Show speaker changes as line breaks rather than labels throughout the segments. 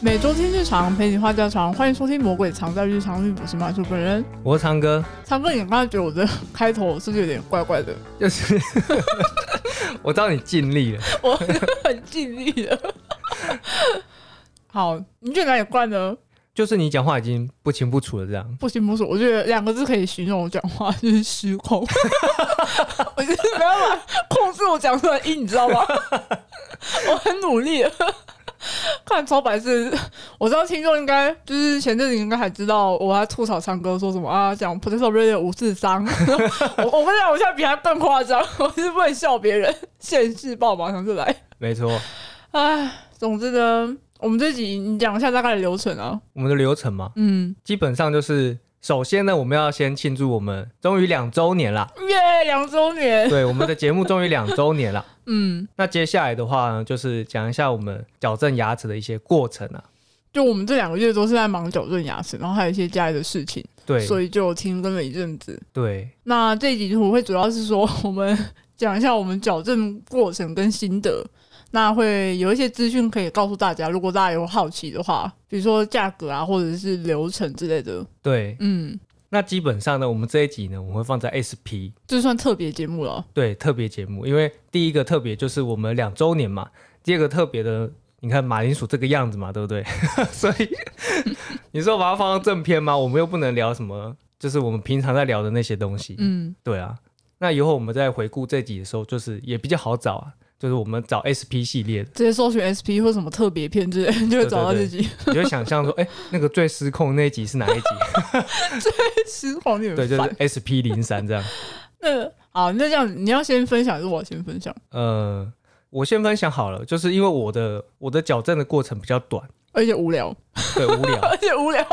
每周听日常，陪你话家常，欢迎收听《魔鬼藏在日常里》，我是马叔本人。
我是长哥，
三哥，你刚才觉得我的开头是不是有点怪怪的？
就是 我知道你尽力了，
我很尽力了。好，你觉得哪里怪呢？
就是你讲话已经不清不楚了，这样
不清不楚，我觉得两个字可以形容我讲话，就是失控。我就是没办法控制我讲出来的音，你知道吗？我很努力了。看超白痴，我知道听众应该就是前阵子应该还知道我还吐槽唱歌说什么啊，讲 Potato Radio 无智商。我我跟你讲，我现在比他更夸张，我是不能笑别人，现世报马上就来。
没错。
唉，总之呢，我们这集你讲一下大概的流程啊。
我们的流程嘛，
嗯，，
基本上就是，首先呢，我们要先庆祝我们终于两周年啦
耶，两周年。
对，我们的节目终于两周年 啦。
嗯，
那接下来的话呢，就是讲一下我们矫正牙齿的一些过程啊。
就我们这两个月都是在忙矫正牙齿，然后还有一些家里的事情，
对
所以就停更了一阵子。
对，
那这一集我会主要是说我们讲一下我们矫正过程跟心得，那会有一些资讯可以告诉大家，如果大家有好奇的话，比如说价格啊，或者是流程之类的。
对，
嗯，
那基本上呢，我们这一集呢，我们会放在 SP
这算特别节目了。
对特别节目，因为第一个特别就是我们两周年嘛，第二个特别的，你看马铃薯这个样子嘛，对不对？ 所 以你说把它放到正片吗？我们又不能聊什么，就是我们平常在聊的那些东西。
嗯，
对啊，那以后我们在回顾这集的时候，就是也比较好找啊，就是我们找 SP 系列的，
直接搜寻 SP 或什么特别片之类，就会找到自己。
你就想象说，哎、那个最失控那一集是哪一集？
失控你
对，
很
就
烦。
是 SP 零三这样。
那 好，那这样你要先分享还是我先分享？
呃，我先分享好了，就是因为我的我的矫正的过程比较短，
而且无聊，
对，无聊。
而且无聊，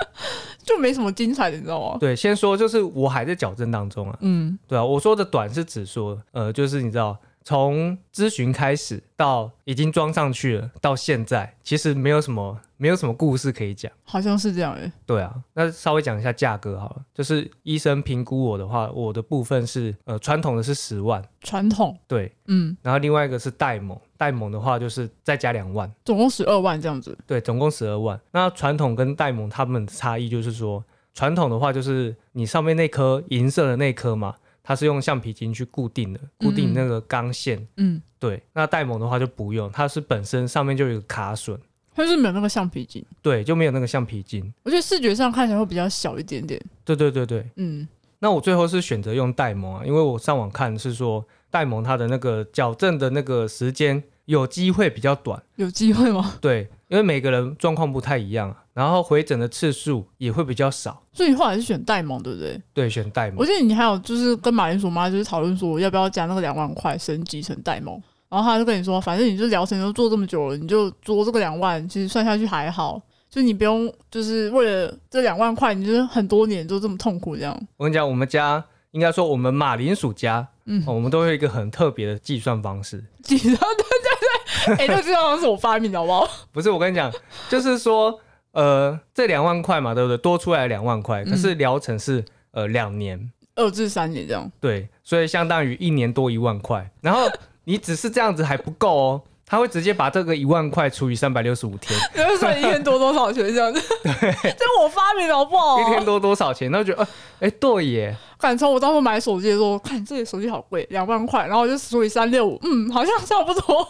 就没什么精彩的，你知道吗？
对，先说就是我还在矫正当中啊，
嗯，
对啊，我说的短是指说，呃，就是你知道，从咨询开始到已经装上去了，到现在其实没有什么没有什么故事可以讲，
好像是这样诶、欸
对啊，那稍微讲一下价格好了，就是医生评估我的话，我的部分是呃传统的是十万，
传统，
对，
嗯，
然后另外一个是戴蒙，戴蒙的话就是再加两万，
总共十二万这样子。
对，总共十二万。那传统跟戴蒙他们的差异就是说，传统的话就是你上面那颗银色的那颗嘛，它是用橡皮筋去固定的，固定那个钢线。
嗯，
对，那戴蒙的话就不用，它是本身上面就有一个卡榫，
它就是没有那个橡皮筋，
对，就没有那个橡皮筋。
我觉得视觉上看起来会比较小一点点。
对对对对。
嗯，
那我最后是选择用戴蒙啊，因为我上网看是说戴蒙它的那个矫正的那个时间有机会比较短。
有机会吗？
对，因为每个人状况不太一样啊，然后回诊的次数也会比较少。
所以你后来是选戴蒙，对不对？
对，选戴蒙
我。记得你还有就是跟马铃薯妈就是讨论说要不要加那个两万块升级成戴蒙，然后他就跟你说，反正你就疗程都做这么久了，你就做这个两万，其实算下去还好，就你不用就是为了这两万块，你就是很多年都这么痛苦这样。
我跟你讲，我们家应该说我们马铃薯家，
嗯，
哦我们都会有一个很特别的计算方式。
紧张，对对 对，哎、这个好像是我发明的，好不好？
不是，我跟你讲， 就是说，呃，这两万块嘛，对不对？多出来两万块，可是疗程是呃两年，
二至三年这样，
对，所以相当于一年多一万块。然后你只是这样子还不够哦，他会直接把这个一万块除以三百六十五天，
就是说一天多多少钱这样子，这我发明的好不好、
一天多多少钱？然后觉得，呃哎、对耶，
敢从我当初买手机的时候，看这个手机好贵，两万块，然后我就除以三六五，嗯，好像差不多，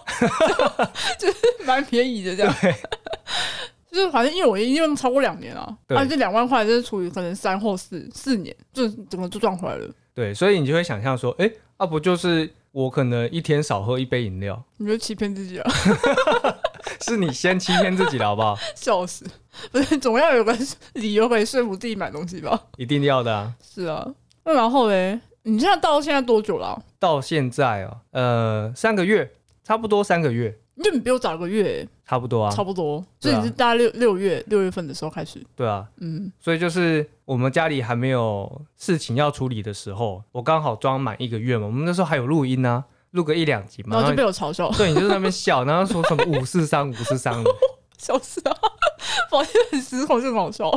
就是蛮便宜的这样。就是反正因为我已经用超过两年了，
对
啊，这两万块就是除以可能三或四四年，就整个就赚回来了。
对，所以你就会想象说，哎、啊不就是我可能一天少喝一杯饮料，
你就欺骗自己了，,啊
是你先欺骗自己了，好不好？
笑死！不是，总要有个 理由可以说服自己买东西吧？
一定要的啊。
是啊，那然后嘞，你现在到现在多久了啊、
到现在哦，呃，三个月，差不多三个月，
你就你比我早一个月欸、
差不多啊，
差不多，所
对啊
以你是大概六六月六月份的时候开始，
对啊，
嗯。
所以就是我们家里还没有事情要处理的时候，我刚好装满一个月嘛，我们那时候还有录音呢、录个一两集
然
嘛，
后就
然后
被我嘲笑，
对，你就在那边笑，然后说什么五四三五四三的，
笑死啊！房间很失控，就很好笑。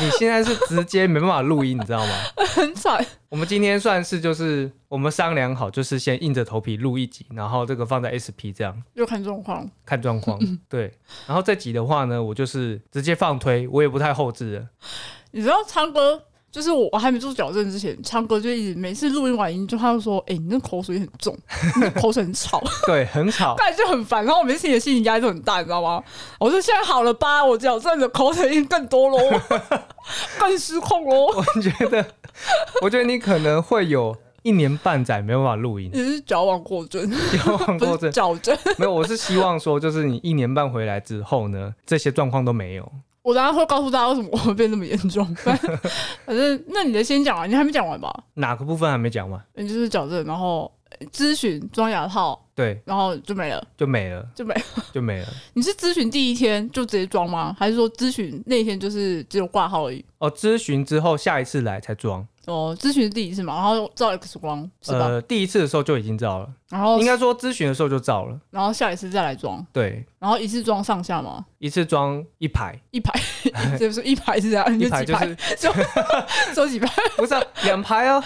你现在是直接没办法录音，你知道吗？
很惨。
我们今天算是就是我们商量好，就是先硬着头皮录一集，然后这个放在 SP 这样
就看状况，
看状况。
嗯
对，然后这集的话呢，我就是直接放推，我也不太后置 了。
你知道昌哥，就是我我还没做矫正之前，昌哥就一直每次录音完音就他就说：“哎、你那口水很 重，你那口水很吵，
对，很吵。
感就很烦。”然后我每次也心理压力都很大，你知道吗？我说现在好了吧，我矫正的口水音更 多喽，更失控喽。
我觉得，我觉得你可能会有一年半载没办 法录音，
你是矫枉过 正，
有往
不
过
是
这
矫正。
没有，我是希望说，就是你一年半回来之后呢，这些状况都没有。
我等下会告诉大家为什么我会变这么严重。反 正，反正那你的先讲完，你还没讲完吧？
哪个部分还没讲完？
你就是矫正，然后呃咨询装牙套，
对，
然后就没了，
就没了，
就没
就没 了。
你是咨询第一天就直接装吗？还是说咨询那天就是只有挂号而已？
哦，咨询之后下一次来才装。
哦，咨询是第一次嘛，然后照 X 光是吧？哦
呃，第一次的时候就已经照了，
然后
应该说咨询的时候就照了。
然后下一次再来装，
对，
然后一次装上下嘛，
一次装一排，
一排， 就是一排是这样，你
一
就
排
几
就
排，
是
说几排，
不是啊两、排啊，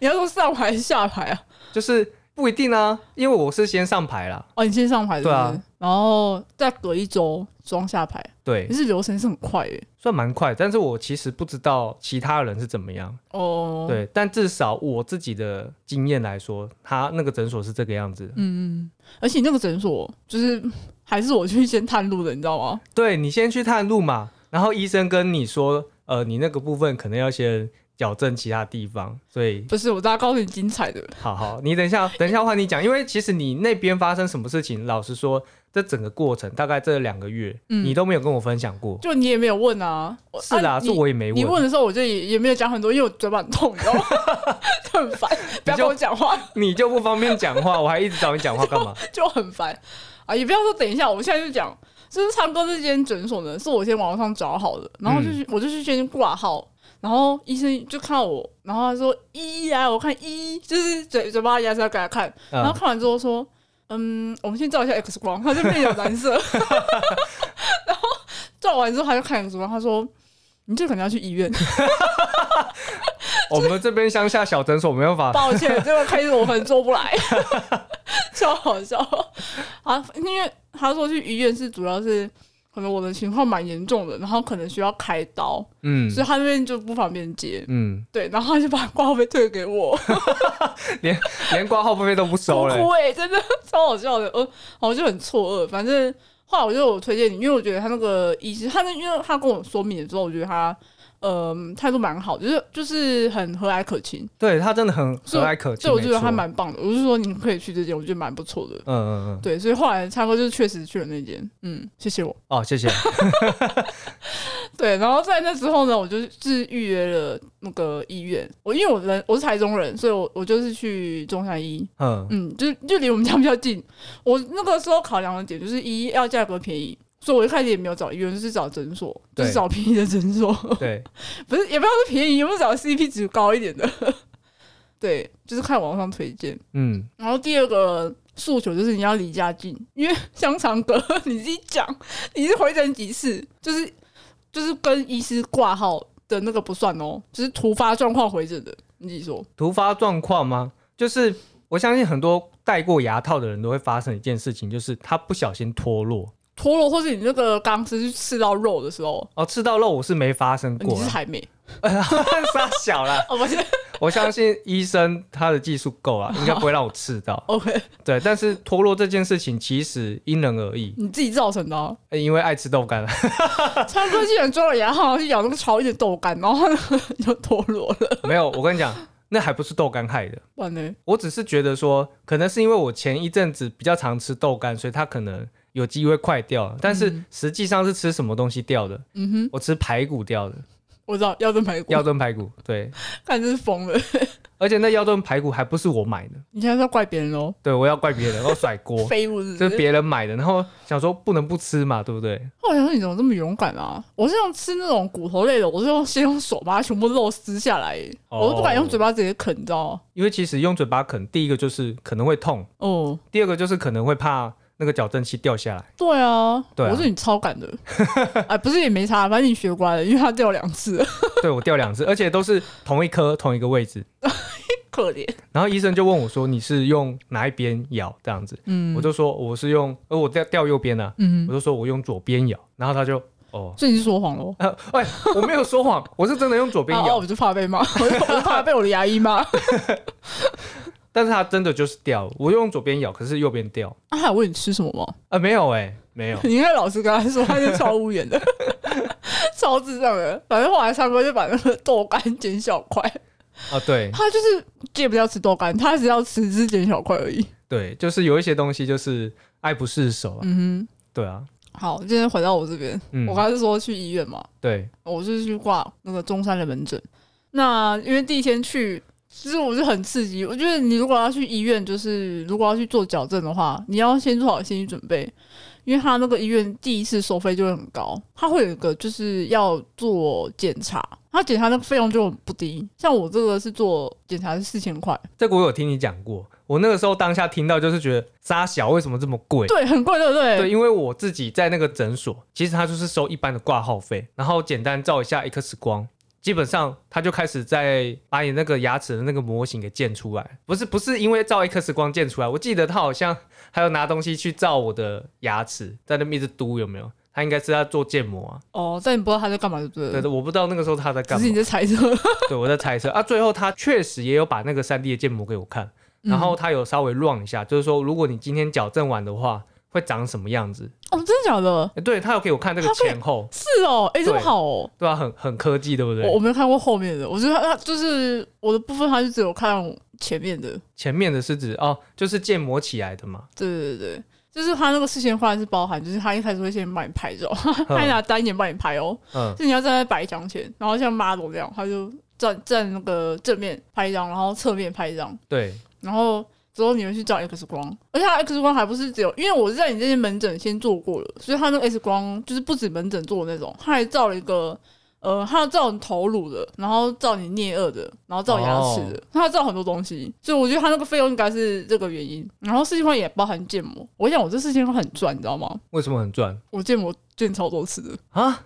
你要说上排还是下排啊？
就是不一定啊，因为我是先上排啦。
哦，你先上排是不是？
对啊
然后再隔一周装下排，
对
可，是流程是很快耶。
算蛮快，但是我其实不知道其他人是怎么样。
哦，，
对，但至少我自己的经验来说，他那个诊所是这个样子。
嗯，而且那个诊所就是还是我去先探路的，你知道吗？
对你先去探路嘛，然后医生跟你说，呃，你那个部分可能要先矫正其他地方，所以
不是，我大家告诉你精彩的，
好好，你等一下，等一下换你讲，因为其实你那边发生什么事情，老实说，这整个过程大概这两个月，
嗯
你都没有跟我分享过。
就你也没有问啊，我
是啦，
啊、
是我也没
你。你
问，
问的时候，我就也也没有讲很多，因为我嘴巴很痛，你知道吗？ 就很烦，不要跟我讲话，
你就不方便讲话，我还一直找你讲话干嘛？
就很烦啊！也不要说等一下，我现在就讲，就是唱歌这间诊所呢，是我先网上找好的，然后就去、我就去先挂号，然后医生就看到我，然后他说一啊，我看一，就是嘴嘴巴牙齿要给他看， 然后
嗯，
看完之后说，嗯，我们先照一下 X 光，它就变有蓝色。然 后照完之后，他就看 X 光，他说：“你这可能要去医院。
我们这边乡下小诊所没办” 法，
抱歉，这个开始我可能做不 来，超好笑啊！因为他说去医院是主要是可能我的情况蛮严重的，然后可能需要开刀，
嗯
所以他那边就不方便接。
嗯，
对，然后他就把挂号费退给我。
连挂号费都不收
哭
了。
哎、真的超好笑的。呃，我就很错愕，反正后来我就有推荐你，因为我觉得他那个医师，他那因为他跟我说明了之后，我觉得他呃态度蛮好，就是就是很和蔼可亲，
对他真的很和蔼可亲，
所以我觉得
没错
他蛮棒的。我就说你可以去这间，我觉得蛮不错的。
嗯嗯嗯，
对，所以后来差不多就是确实去了那间，嗯，谢谢我。
哦，谢谢。
对，然后在那之后呢，我就是预约了那个医院。我因为我人我是台中人，所以我我就是去中山医，
嗯
嗯，就就离我们家比较近。我那个时候考量的点就是一要价格便宜，所以我一开始也没有找医院，就是找诊所，就
对
是找便宜的诊所，
对，
不是也不要说便宜，有没有找 CP 值高一点的？ 对，就是看网上推荐。
嗯，
然后第二个诉求就是你要离家近，因为香肠哥 你自己讲，你是回诊几次，就是就是跟医师挂号的那个不算哦，就是突发状况回诊的，你自己说。
突发状况吗？就是我相信很多戴过牙套的人都会发生一件事情，就是他不小心脱落。
脱落，或是你那个钢丝去刺到肉的时候，
哦，吃到肉我是没发生
你
过
是
啦，
还没，
傻小啦。
哦，不是
我相信医生他的技术够啊啦，应该不会让我吃到。
，OK，
对，但是脱落这件事情其实因人而异，
你自己造成的、啊。
呃因为爱吃 豆干。
川哥竟然装了牙号，去咬那个潮一的豆干，然后他呢就脱落了。
没有，我跟你讲，那还不是豆干害的。
完了，
我只是觉得说，可能是因为我前一阵子比较常吃豆干，所以它可能有机会快掉。但是实际上是吃什么东西掉的？
嗯哼，
我吃排骨掉的，
我知道腰椎排骨，
腰炖排骨。对，
看真是疯了。
而且那腰炖排骨还不是我买的，
你现在是要怪别人喽，
对我要怪别人，我甩 锅，
废物是不
这是
是？
别人买的。然后想说不能不吃嘛，对不对？
后来想说你怎么这么勇敢啊？我是用吃那种骨头类的，我是用先用手把它全部肉撕下来，
哦
我都不敢用嘴巴直接啃，你知道吗？
因为其实用嘴巴啃，第一个就是可能会痛，
哦，
第二个就是可能会怕那个矫正器掉下来。
对啊，
对啊
我是你超感 的，哎，不是也没差，反正你学乖了，因为他掉两次，
对我掉两次，而且都是同一颗同一个位置。
可怜。
然后医生就问我说：“你是用哪一边咬？”这样子，
嗯，
我就说我是用，呃，我掉掉右边呢、啊，
嗯
我，就说我用左边咬。然后他就哦，
所以你是说谎喽？
呃，哎，我没有说谎，我是真的用左边
啊啊！
咬，
我就怕被 骂，我就我就怕被我的牙医骂。
但是他真的就是掉了，我用左边咬，可是右边掉。
他啊还问你吃什么吗？，
啊、没有哎、没有
你应该老实跟他说，他是超无言 的，超智障的。反正后来上课就把那个豆干剪小块，
啊，对
他就是戒不掉吃豆干，他只要吃只剪小块而已。
对，就是有一些东西就是爱不释手啊，
嗯
对啊，
哼，好，今天回到我这边，
嗯
我，刚才是说去医院嘛，
对，
我是去挂那个中山的门诊。那因为第一天去，其实我是很刺激。我觉得你如果要去医院，就是如果要去做矫正的话，你要先做好心理准备，因为他那个医院第一次收费就会很高，他会有一个就是要做检查，他检查那个费用就很不低。像我这个是做检查是四千块，
这个我有听你讲过，我那个时候当下听到就是觉得沙小为什么这么贵？
对，很贵，对不对？
对，因为我自己在那个诊所，其实他就是收一般的挂号费，然后简单照一下 X 光，基本上他就开始在把你那个牙齿的那个模型给建出来。不是不是因为照 X 光建出来，我记得他好像还有拿东西去照我的牙齿，在那边一直嘟有没有？他应该是在做建模啊。
哦，但你不知道他在干嘛，对不对？
对对，我不知道那个时候他在
只
干
是你
嘛。
在猜测。
对，我在猜测啊。最后他确实也有把那个3 D 的建模给我看， 然
嗯
后他有稍微 run 一下，就是说如果你今天矫正完的话，会长什么样子？
哦，真的假的？
欸对他有给我看这个
他可以
前后，
是哦，哎、这么
对
好哦。
对啊，很很科技，对不
我我
对？
没有看过后面的，我觉得他他就是我的部分，他就只有看前面的。
前面的是指哦，就是建模起来的嘛。
对对对，就是他那个事先画是包含，就是他一开始会先帮你拍照，他 还拿单眼帮你拍哦，
嗯，
就你要站在白墙前，然后像 model 这样，他就站站那个正面拍一张，然后侧面拍一张，
对，
然后之后你们去照 X 光，而且他 X 光还不是只有，因为我是在你这些门诊先做过了，所以他那个 X 光就是不止门诊做的那种，他还照了一个。呃，他照你头颅的，然后照你颞颌的，然后照牙齿的，
哦
他照很多东西，所以我觉得他那个费用应该是这个原因。然后四千块也包含建模，我想我这四千块很赚，你知道吗？
为什么很赚
我建模建超多次的，
啊？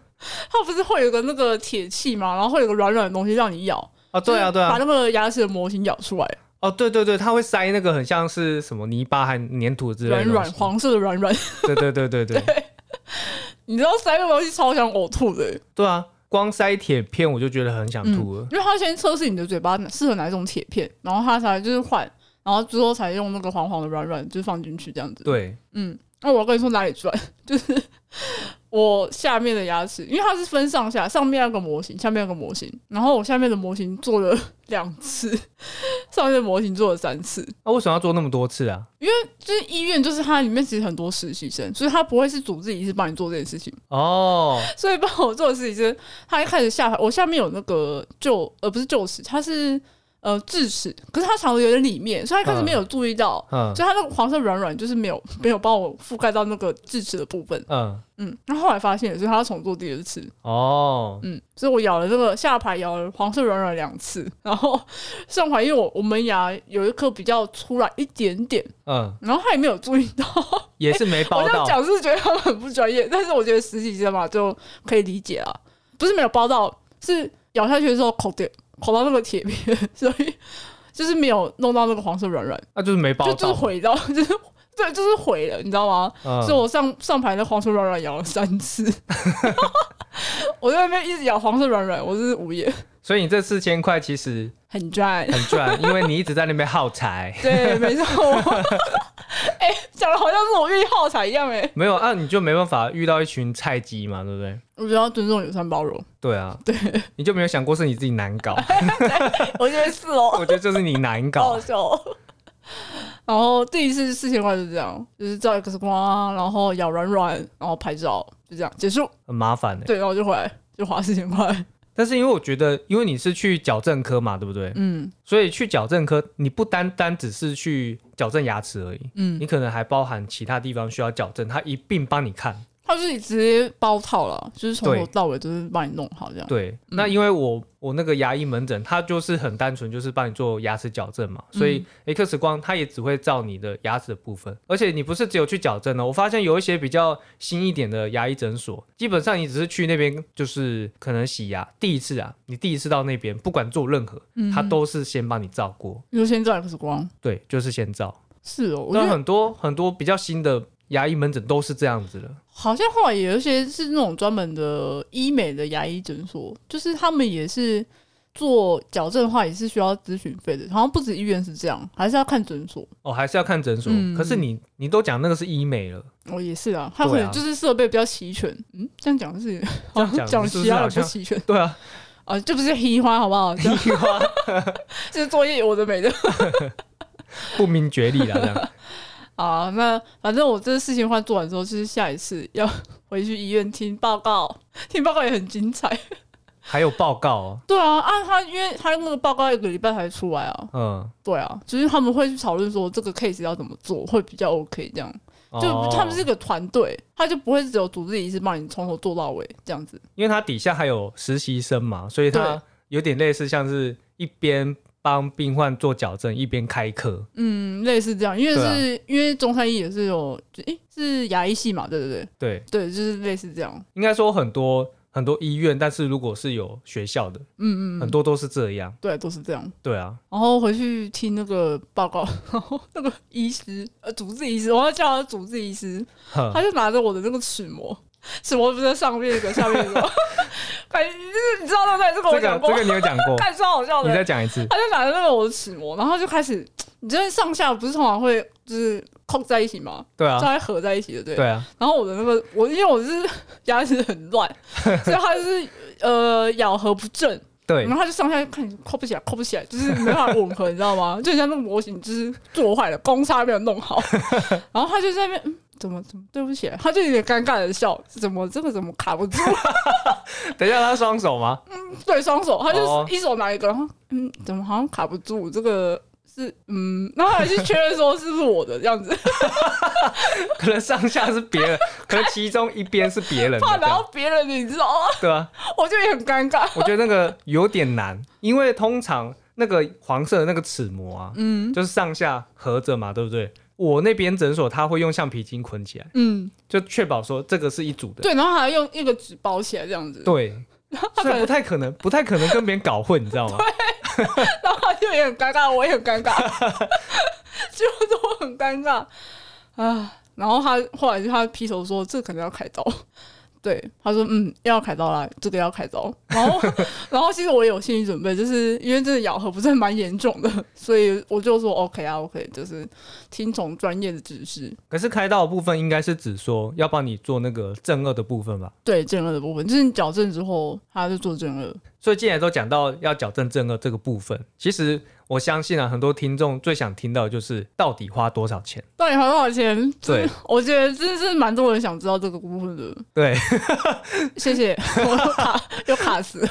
它不是会有一个那个铁器嘛，然后会有一个软软的东西让你咬，
啊，对啊，
就是
对
把
啊，
那个牙齿的模型咬出来，
哦，对对对，它会塞那个很像是什么泥巴和粘土之类的
软
东西，
软黄色的软软
对对对对对，
你知道塞那个东西超想呕吐的欸、
对啊，光塞铁片我就觉得很想吐了。
因为他先测试你的嘴巴适合哪一种铁片，然后他才就是换，然后之后才用那个黄黄的软软就放进去这样子。
对，
嗯，那我要跟你说哪里赚，就是我下面的牙齿，因为它是分上下，上面那个模型，下面那个模型，然后我下面的模型做了两次，上面的模型做了三次。
那、为什么要做那么多次啊？
就是医院，就是它里面其实很多实习生，所以他不会是主治医师帮你做这件事情。
哦，
所以帮我做的事情就是，他一开始下排，我下面有那个臼，呃，不是臼齿，它是呃智齿，可是它藏的有点里面，所以他一开始没有注意到，
嗯
所以它那个黄色软软就是没有没有帮我覆盖到那个智齿的部分，
嗯，
嗯，然后后来发现，所以他要重做第二次，
哦，
嗯，所以我咬了这个下排咬了黄色软软两次，然后上排因为我我门牙有一颗比较出来一点点，
嗯，
然后他也没有注意到，
也是没
我
包
这样
到，
讲是觉得他们很不专业，但是我觉得实习生嘛就可以理解啊，不是没有包到，是咬下去的时候口掉口到那个铁片，所以就是没有弄到那个黄色软软，
那、啊就是没
就
包
就是
到。
毁到，就是对，就是毁了，你知道吗？
嗯
所以我上上排的黄色软软咬了三次， 我在那边一直咬黄色软软，我真是无言，
所以你这四千块其实
很赚。
很赚，因为你一直在那边耗材。
对，没错。 哎、讲的好像是我愿意耗材一样哎、
没有啊，你就没办法遇到一群菜鸡嘛，对不对？
我觉得要尊重、友善、包容。
对啊，对，你就没有想过是你自己难搞，
我觉得是哦。
我觉得就是你难搞
好。笑 哦。然后第一次四千块就这样，就是照 X 光啊，然后咬软软，然后拍照，就这样结束。
很麻烦的、
对，然后就回来就花四千块。
但是因为我觉得，因为你是去矫正科嘛，对不对？
嗯
所以去矫正科，你不单单只是去矫正牙齿而已，
嗯
你，可能还包含其他地方需要矫正，他一并帮你看。
他就是直接包套了，就是从
对
头到尾就是帮你弄好这样。
对，那因为我我那个牙医门诊，它就是很单纯，就是帮你做牙齿矫正嘛，所
嗯
以 X 光它也只会照你的牙齿的部分，而且你不是只有去矫正哦，我发现有一些比较新一点的牙医诊所，基本上你只是去那边就是可能洗牙，第一次啊，你第一次到那边，不管做任何，
嗯
它都是先帮你照过，
你说先照 X 光，
对，就是先照。
是哦，我觉
但
得
很多很多比较新的牙医门诊都是这样子的，
好像后来也有一些是那种专门的医美的牙医诊所，就是他们也是做矫正的话也是需要咨询费的，好像不止医院是这样，还是要看诊所。
哦，还是要看诊所。
嗯
可是你你都讲那个是医美了。
哦，也是啊，他可
对啊
能就是设备比较齐全。嗯，这样讲是
这样讲
哦讲
是不
其
是
他
好
的不
像
齐全
对啊，
啊，这不是黑花好不好？ 这样这作业有的没的。
不明觉厉啦，这样。
啊，那反正我这个事情换做完之后，就是下一次要 回去医院听报告，听报告也很精彩。
还有报告、哦，
对啊，啊，他因为他那个报告一个礼拜才出来啊，
嗯，
对啊，就是他们会去讨论说这个 case 要怎么做会比较 OK，这样就、
哦
他们是一个团队，他就不会只有主治医师帮你从头做到尾这样子。
因为他底下还有实习生嘛，所以他
对
有点类似像是一边帮病患做矫正，一边开课。
嗯，类似这样，因为
对啊
是、因为中山医也是有，就诶、是牙医系嘛，对对对
对，
对，就是类似这样。
应该说很多很多医院，但是如果是有学校的，
嗯嗯，
很多都是这样。
对，都是这样。
对啊，
然后回去听那个报告， 然后那个医师，呃，主治医师，我要叫他主治医师，
哼
他就拿着我的那个齿模，齿模不是在上面一个，下 面一个吗，感觉就是你知道对不对？这个我
这
讲
个
过，
这个你有讲 过，
看超好笑
你再
的。
讲一次。
他就拿着那个我的齿模，然后就开始，你知道上下不是通常会就是扣在一起吗？
对
就
啊，
它合在一起的，对。
对啊，
然后我的那个我因为我是 牙齿很 乱，所以它就是呃咬合不正，
对
然后他就上下看你扣不起来，扣不起来，就是没办法吻合，你知道 吗？就很像那个模型就是做坏了，公差没有弄好，然后他就在那边。嗯怎么怎么对不起啊？他就有点尴尬的笑，怎么这个怎么卡不住？
等一下他双手吗？
对，双手，他
哦
就一手拿一个，然后嗯，怎么好像卡不住？这个是嗯，然后还去确认说是不是我的这样子，
可能上下是别人，可能其中一边是别人的
怕
这
拿
样，
到别人的，你知道吗？
对啊。
我就也很尴尬。
我觉得那个有点难，因为通常那个黄色的那个齿模啊，嗯，就是上下合着嘛，对不对？我那边诊所他会用橡皮筋捆起来，
嗯，
就确保说这个是一组的。
对，然后还用一个纸包起来这样子，
对，所以不太可能，不太可能跟别人搞混，你知道吗？
然后他就也很尴尬，我也很 尴尬， 就都很尴尬啊。然后他后来就他劈头说：“这可能要开刀。”对，他说：“嗯，要开刀啦，这个要开刀。”然后， 然后其实我也有心理准备，就是因为这个咬合不是蛮严重的，所以我就说 “OK 啊，OK”，就是听从专业的指示。
可是开刀的部分应该是指说要帮你做那个正颚的部分吧？
对正颚的部分，就是你矫正之后，他就做正颚。
所以既然都讲到要矫正正颚这个部分，其实我相信啊，很多听众最想听到的就是到底花多少钱？
到底花多少钱？
对，
我觉得真的是蛮多人想知道这个部分的。
对，
谢谢， 我又卡又卡死 了。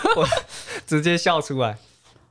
直接笑出来，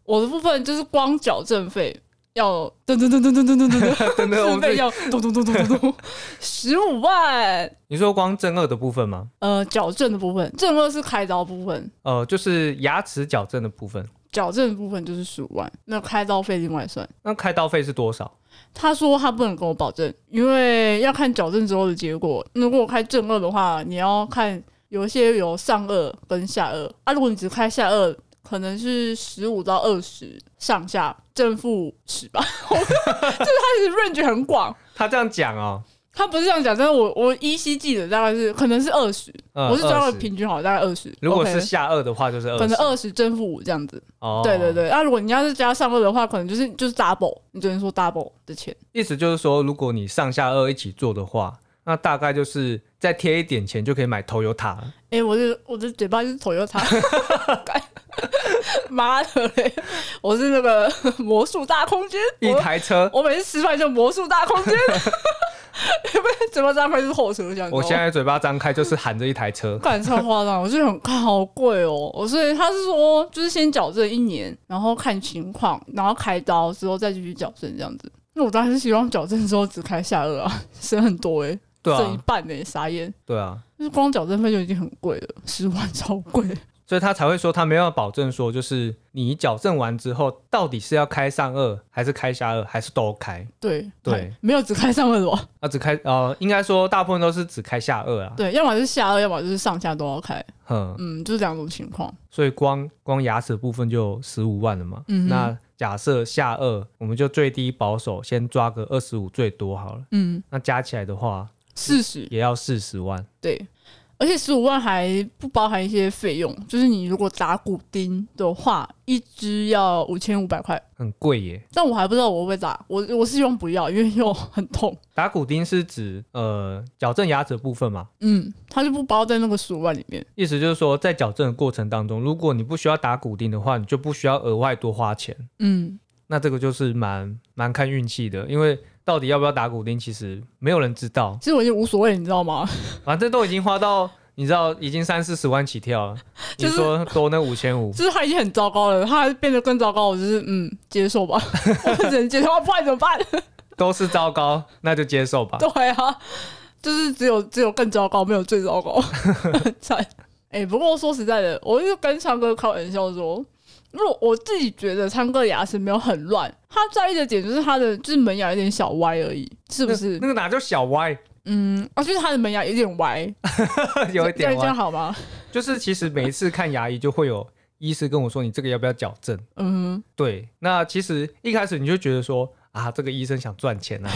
我的部分就是光矫正费要噔噔噔噔噔噔噔噔噔，
真的，我
自
们
费
这
要咚咚咚咚咚 咚，十五万。
你说光正颚的部分吗？
呃，矫正的部分，正颚是开刀部分，
呃，就是牙齿矫正的部分，
矫正的部分就是十五万，那开刀费另外算。
那开刀费是多少？
他说他不能跟我保证，因为要看矫正之后的结果。如果开正颚的话，你要看有一些有上颚跟下颚啊。如果你只开下颚，可能是十五到二十上下，正负十吧。 就是他其实 range 很广。
他这样讲哦，
他不是这样讲，但是我我依稀记得大概是可能是二十、
嗯
我是抓个
20
平均好，大概二十。
如果
OK
是下颚的话就是二
可
十
能，二十正负五这样子。
哦，
对对，对，那、如果你要是加上颚的话，可能就是就是 double，你只能说 double 的钱。
意思就是说，如果你上下颚一起做的话，那大概就是再贴一点钱就可以买 Toyota 了。
哎、我的我的嘴巴就是 Toyota，干妈的嘞！我是那个 魔术大空间，
一
我
台车，
我每次吃饭就魔术大 空间，有没有嘴巴张开就是后车厢？
我现在嘴巴张开就是含着一台 车，
感超夸张，我就很看好贵哦。我所以他是说，就是先矫正一年，然后看情况，然后开刀之后再继续矫正这样子。那我当然是希望矫正之后只开下颚啊，省很多哎、
对
省一
啊，
半哎、傻眼。
对啊，
就是光矫正费就已经很贵了，十万超贵。
所以他才会说他没有保证说，就是你矫正完之后，到底是要开上颚还是开下颚，还是都开？
对
对
还没有只开上颚的吧？
啊，只开呃，应该说大部分都是只开下颚啊。
对，要么就是下颚，要么就是上下都要开。
嗯，
嗯，就是两种情况。
所以光光牙齿部分就十五万了嘛。
嗯哼
那假设下颚，我们就最低保守先抓个二十五最多好了。
嗯，
那加起来的话，
四十
也要四十万。
对，而且十五万还不包含一些费用，就是你如果打骨钉的话，一只要五千五百块。
很贵耶！
但我还不知道我会不会打，我我是希望不要，因为又很痛。
打骨钉是指呃矫正牙齿的部分嘛，
嗯，它就不包在那个十五万里面。
意思就是说，在矫正的过程当中，如果你不需要打骨钉的话，你就不需要额外多花钱。
嗯，
那这个就是蛮蛮看运气的，因为到底要不要打骨钉，其实没有人知道。
其实我已经无所谓，你知道 吗？
反正都已经花到，你知道，已经三四十万起跳了，你
就是
说多那五千五，
就是他已经很糟糕了，他还变得更糟糕，我就是嗯接受 吧，我只能接受，不然怎么办？
都是糟糕，那就接受 吧。
对啊，就是只有只有更糟糕，没有最糟糕， 很惨。哎、不过说实在的，我就跟昌哥开玩笑说，因为我自己觉得昌哥牙齿没有很乱，他在意的点就是他的就是门牙有点小歪而已，是不是
那？个哪叫小歪，
嗯，啊，就是他的门牙有点歪，
有一
这样
点
这样
歪，
好吗？
就是其实每一次看牙医就会有医师跟我说，你这个要不要矫正？
嗯，
对，那其实一开始你就觉得说啊，这个医生想赚钱 啊，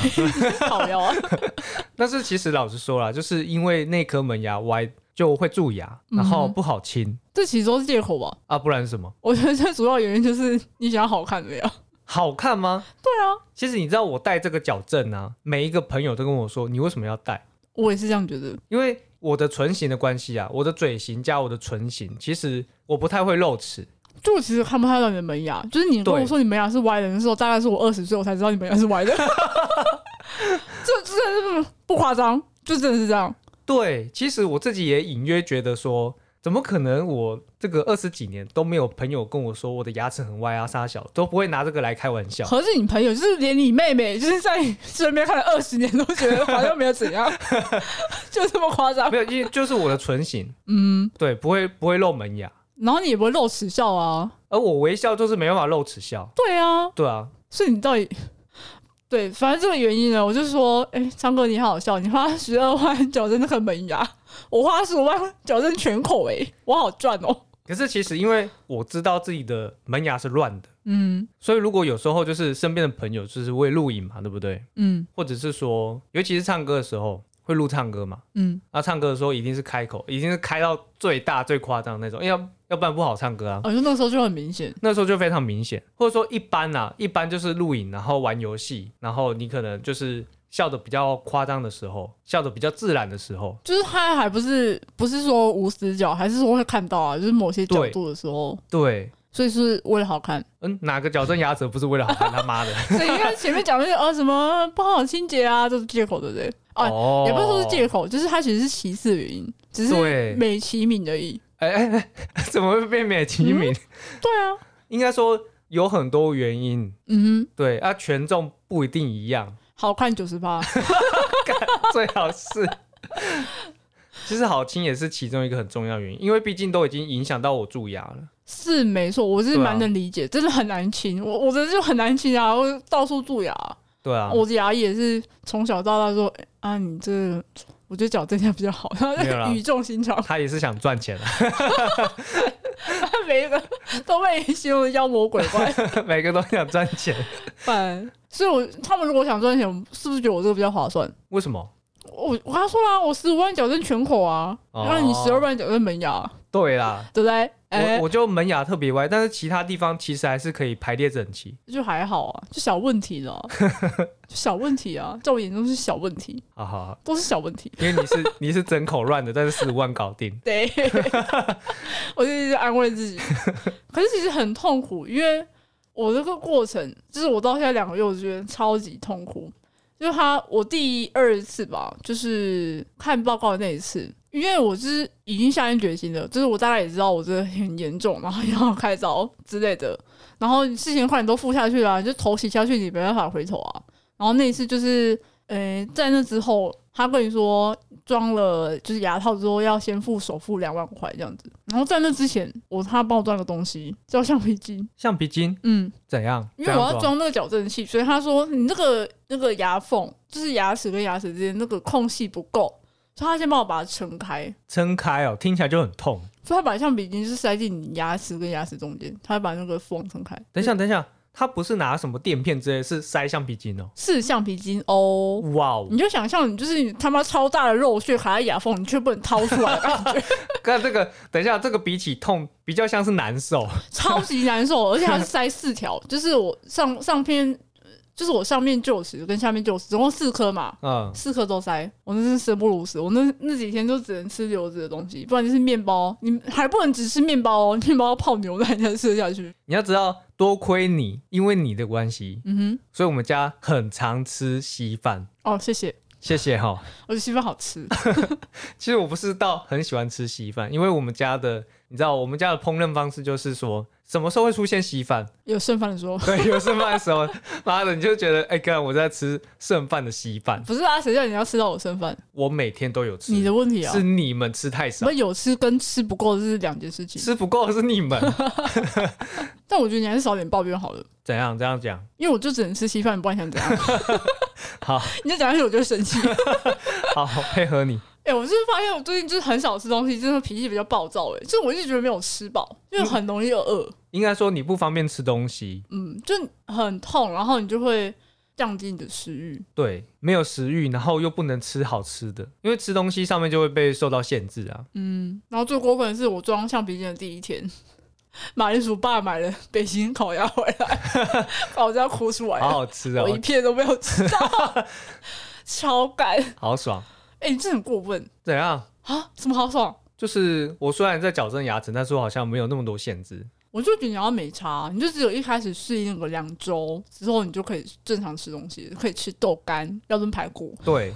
好呀、啊，
但是其实老实说啦，就是因为那颗门牙歪就会蛀牙，然后
嗯哼
不好清、
这其实都是借口吧。
啊，不然是什么
我觉得最主要原因就是你想要好看的呀。
好看吗？
对啊，
其实你知道我戴这个矫正啊，每一个朋友都跟我说，你为什么要戴？
我也是这样觉得。
因为我的唇形的关系啊，我的嘴型加我的唇形，其实我不太会露齿。
就我其实看不太到你的门牙，就是你跟
对
我说你门牙是歪的那时候，大概是我二十岁我才知道你门牙是歪的。 这这这不夸张，就真的是这样。
对，其实我自己也隐约觉得说，怎么可能我这个二十几年都没有朋友跟我说我的牙齿很歪啊，沙小都不会拿这个来开玩 笑。
可是你朋友就是连你妹妹，就是在你身边看了二十年，都觉得好像没有怎样， 就这么夸张
没。有，因为就是我的唇形，
嗯，
对，不会不会露门牙，
然后你也不会露齿笑啊，
而我微笑就是没办法露齿笑。
对啊，
对啊，
所以你到底对，反正这个原因呢，我就说，哎、昌哥你好好笑，你花十二万矫正那个门牙，我花十五万矫正全口、欸，我好赚哦、
可是其实因为我知道自己的门牙是乱的，
嗯
所以如果有时候就是身边的朋友就是会录影嘛，对不对？
嗯
或者是说，尤其是唱歌的时候会录唱歌嘛，
嗯，
那唱歌的时候一定是开口，一定是开到最大最夸张的那种，要要不然不好唱歌啊。
哦我、就那时候就很明显，
那时候就非常明显，或者说一般啊，一般就是录影，然后玩游戏，然后你可能就是笑的比较夸张的时候，笑的比较自然的时候，
就是他还不是不是说无死角，还是说会看到啊，就是某些角度的时候，
对，
所以是为了好 看。
嗯，哪个矫正牙齿不是为了好看他妈的？
所以因为前面讲那些呃什么不好清洁啊，这是借口，对不对？啊
哦
也不是说是借口，就是他其实是其次原因，只
对
是美其名而已。
哎哎哎，怎么会变美其名？
对啊，
应该说有很多原因，
嗯哼，
对啊，权重不一定一样，
好看九十八。
最好是。其实好亲也是其中一个很重要原因，因为毕竟都已经影响到我蛀牙了。
是没错，我是
对啊
蛮能理解，真的很难清，我我真的就很难清啊，我到处蛀牙，
对啊，
我的牙医也是从小到大说，哎啊，你这个我觉得矫正一下比较好，然后
没有啦
就语重心长，
他也是想赚钱啊，
每一个都被形容得妖魔鬼怪，
每个都想赚钱。
反所以我他们如果想赚钱，是不是觉得我这个比较划算？
为 什么？
我我跟他说啦，我十五万矫正全口啊，
哦
然后你十二万矫正门牙，啊
对啦，
对不对？哎、
我我就门牙特别歪，但是其他地方其实还是可以排列整齐。
就还好啊，就小问题了，就小问题啊，在我眼中是小问题，
好好好，
都是小问题。
因为你是 你是整口乱的，但是十五万搞定。
对，我就一直安慰自己。可是其实很痛苦，因为我这个过程，就是我到现在两个月，我觉得超级痛苦。就是他，我第二次吧，就是看报告的那一次，因为我就是已经下定决心了，就是我大概也知道我这个很严重，然后要开刀之类的，然后事情快你都付下啊去了、你就头洗下去，你没办法回头啊。然后那一次就是，呃，在那之后，他跟你说装了就是牙套之后要先付首付两万块这样子，然后在那之前，我他帮我装个东西叫橡皮筋，
橡皮筋
嗯，
怎样？
因为
这
我
样
要装那个矫正器，所以他说你那个那个牙缝就是牙齿跟牙齿之间那个空隙不够，所以他先帮我把它撑开，
撑开哦，听起来就很痛。
所以他把橡皮筋是塞进你牙齿跟牙齿中间，他把那个缝撑开。
等一下，等一下，他不是拿什么垫片之类，是塞橡皮筋哦。
是橡皮筋哦。
哇哦
你，就想象你就是你他妈超大的肉屑卡在牙缝，你却不能掏出来，感觉
看这个，等一下，这个比起痛，比较像是难受。
超级难受，而且它是塞四 条，就是我上上片，就是我上面臼齿跟下面臼齿，总共四颗嘛，
嗯，
四颗都塞，我真是生不如死。我那那几天就只能吃流质的东西，不然就是面包，你还不能只吃面包哦， 面包要泡牛奶才吃得下去。
你要知道，多亏你，因为你的关系，
嗯
所以我们家很常吃稀饭。
哼，哦，谢谢，
谢谢哈。
我觉得稀饭好吃，
其实我不是到很喜欢吃稀饭，因为我们家的，你知道，我们家的烹饪方式就是说，什么时候会出现稀饭？
有剩饭的时候。
对，有剩饭的时候，妈的，你就觉得，哎、看我在吃剩饭的稀饭，
不是啊，谁叫你要吃到我剩饭？
我每天都有吃，
你的问题啊，
是你们吃太
什
少
么，有吃跟吃不够这是两件事情。
吃不够是你们
但我觉得你还是少点抱怨好了，
怎样这样讲？
因为我就只能吃稀饭，不然你想怎样？
好
你再讲下去我就会生气。
好配合你，
哎、我就是发现我最近就是很少吃东西，真的脾气比较暴躁、欸。哎，就是我一直觉得没有吃饱，就是很容易饿，
应该说你不方便吃东西，
嗯，就很痛，然后你就会降低你的食欲。
对，没有食欲，然后又不能吃好吃的，因为吃东西上面就会被受到限制啊。
嗯，然后最过分的是我装橡皮筋的第一天，马铃薯爸买了北京烤鸭回来，把我家哭出来
好
了，
好吃
我一
哦，
片都没有吃到，超感。
好爽，
哎、你真的很过分
怎样？
啊！什么好爽？
就是我虽然在矫正牙齿，但是我好像没有那么多限制。
我就觉得你要没差，啊你就只有一开始适应个两周之后，你就可以正常吃东西，可以吃豆干、要炖排骨。
对，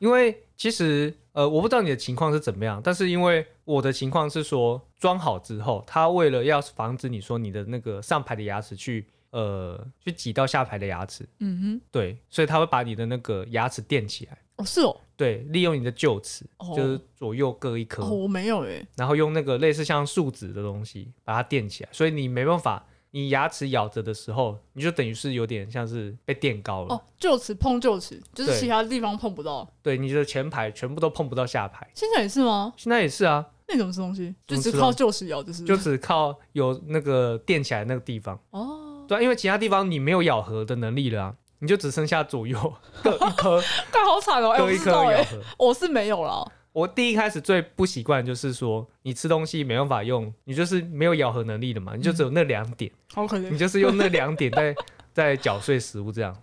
因为其实呃，我不知道你的情况是怎么样，但是因为我的情况是说，装好之后，他为了要防止你说你的那个上排的牙齿去呃去挤到下排的牙齿，
嗯
对，所以他会把你的那个牙齿垫起来，
哼，哦是哦，
对，利用你的臼齿，
哦
就是左右各一颗，
哦我没有诶，
然后用那个类似像树脂的东西把它垫起来，所以你没办法。你牙齿咬着的时候，你就等于是有点像是被垫高了，
哦臼齿碰臼齿，就是
啊对
其他地方碰不到。
对，你的前排全部都碰不到下排。
现在也是吗？
现在也是啊，
那种吃东西就
怎么
只
吃
靠
啊
臼齿咬，就是
就只靠有那个垫起来那个地方，
哦，
对啊、因为其他地方你没有咬合的能力了、啊，你就只剩下左右各一颗，
干好惨哦！ 哎、我
各
不
一
知
颗
道诶，
咬合。
我是没有啦。
我第一开始最不习惯的就是说，你吃东西没办法用，你就是没有咬合能力的嘛，你就只有那两点，
好可
你
怜。
就是用那两点在 在嚼碎食物这样。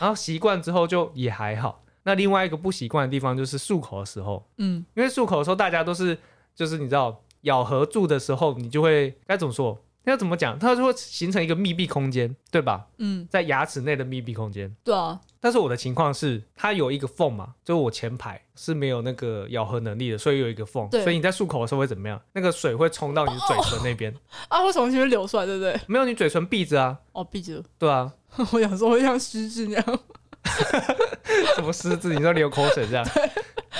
然后习惯之后就也还好。那另外一个不习惯的地方就是漱口的时候，
嗯，
因为漱口的时候，大家都是就是你知道咬合住的时候，你就会该怎么说？要怎么讲？它就会形成一个密闭空间，对吧？
嗯，
在牙齿内的密闭空间。
对啊，
但是我的情况是，它有一个缝嘛，就是我前排是没有那个咬合能力的，所以有一个缝。
对
所以你在漱口的时候会怎么样？那个水会冲到你的嘴唇 那边，
啊会从前面流出来，对不对？
没有你嘴唇闭着啊，
哦，闭着。
对啊，
我想说会像失智那样。
什么狮子，你说流口水这样。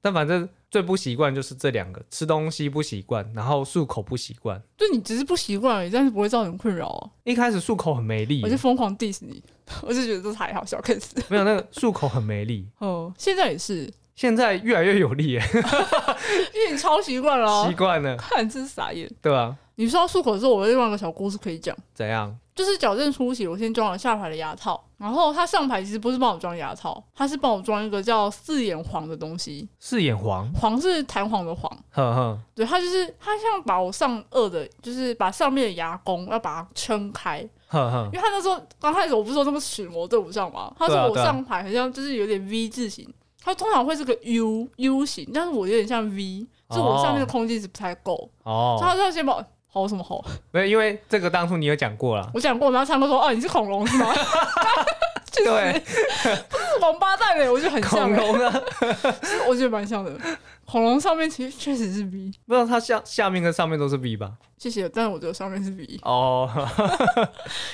但反正最不习惯就是这两个，吃东西不习惯，然后漱口不习惯。
就你只是不习惯而已，但是不会造成困扰啊。
一开始漱口很没力
我，就疯狂 diss 你， 我就觉得这还好，小 case。
没有那个漱口很没力，
哦，现在也是，
现在越来越有力耶，
因为你超习惯了、
习
啊，
惯了，
看真是傻眼。
对吧、
你说到漱口的时候，我有另外一个小故事可以讲，
怎样？
就是矫正初期，我先装了下排的牙套，然后他上排其实不是帮我装牙套，他是帮我装一个叫四眼黄的东西，
四眼黄，
黄是弹簧的黄，
呵呵，
对，他就是他像把我上颚的，就是把上面的牙弓要把它撑开，
呵呵
因，为他那时候刚开始我不是说那个齿模对不上吗？他
对啊
说我
对啊
上排好像就是有点 V 字形，它通常会是个 U U 型，但是我有点像 V，就我上面的空间是不太够，所以
哦，
他就先把我吼什么吼？
没有，因为这个当初你有讲过啦，
我讲过，我们要唱歌说哦你是恐龙是吗？ 确
对
实，是王八蛋嘞，我觉得很像
恐
欸，
龙啊，
我觉得蛮像的。恐龙上面其实确实是 V，
不知道它下下面跟上面都是 V 吧？
谢谢，但是我觉得上面是 V。
哦，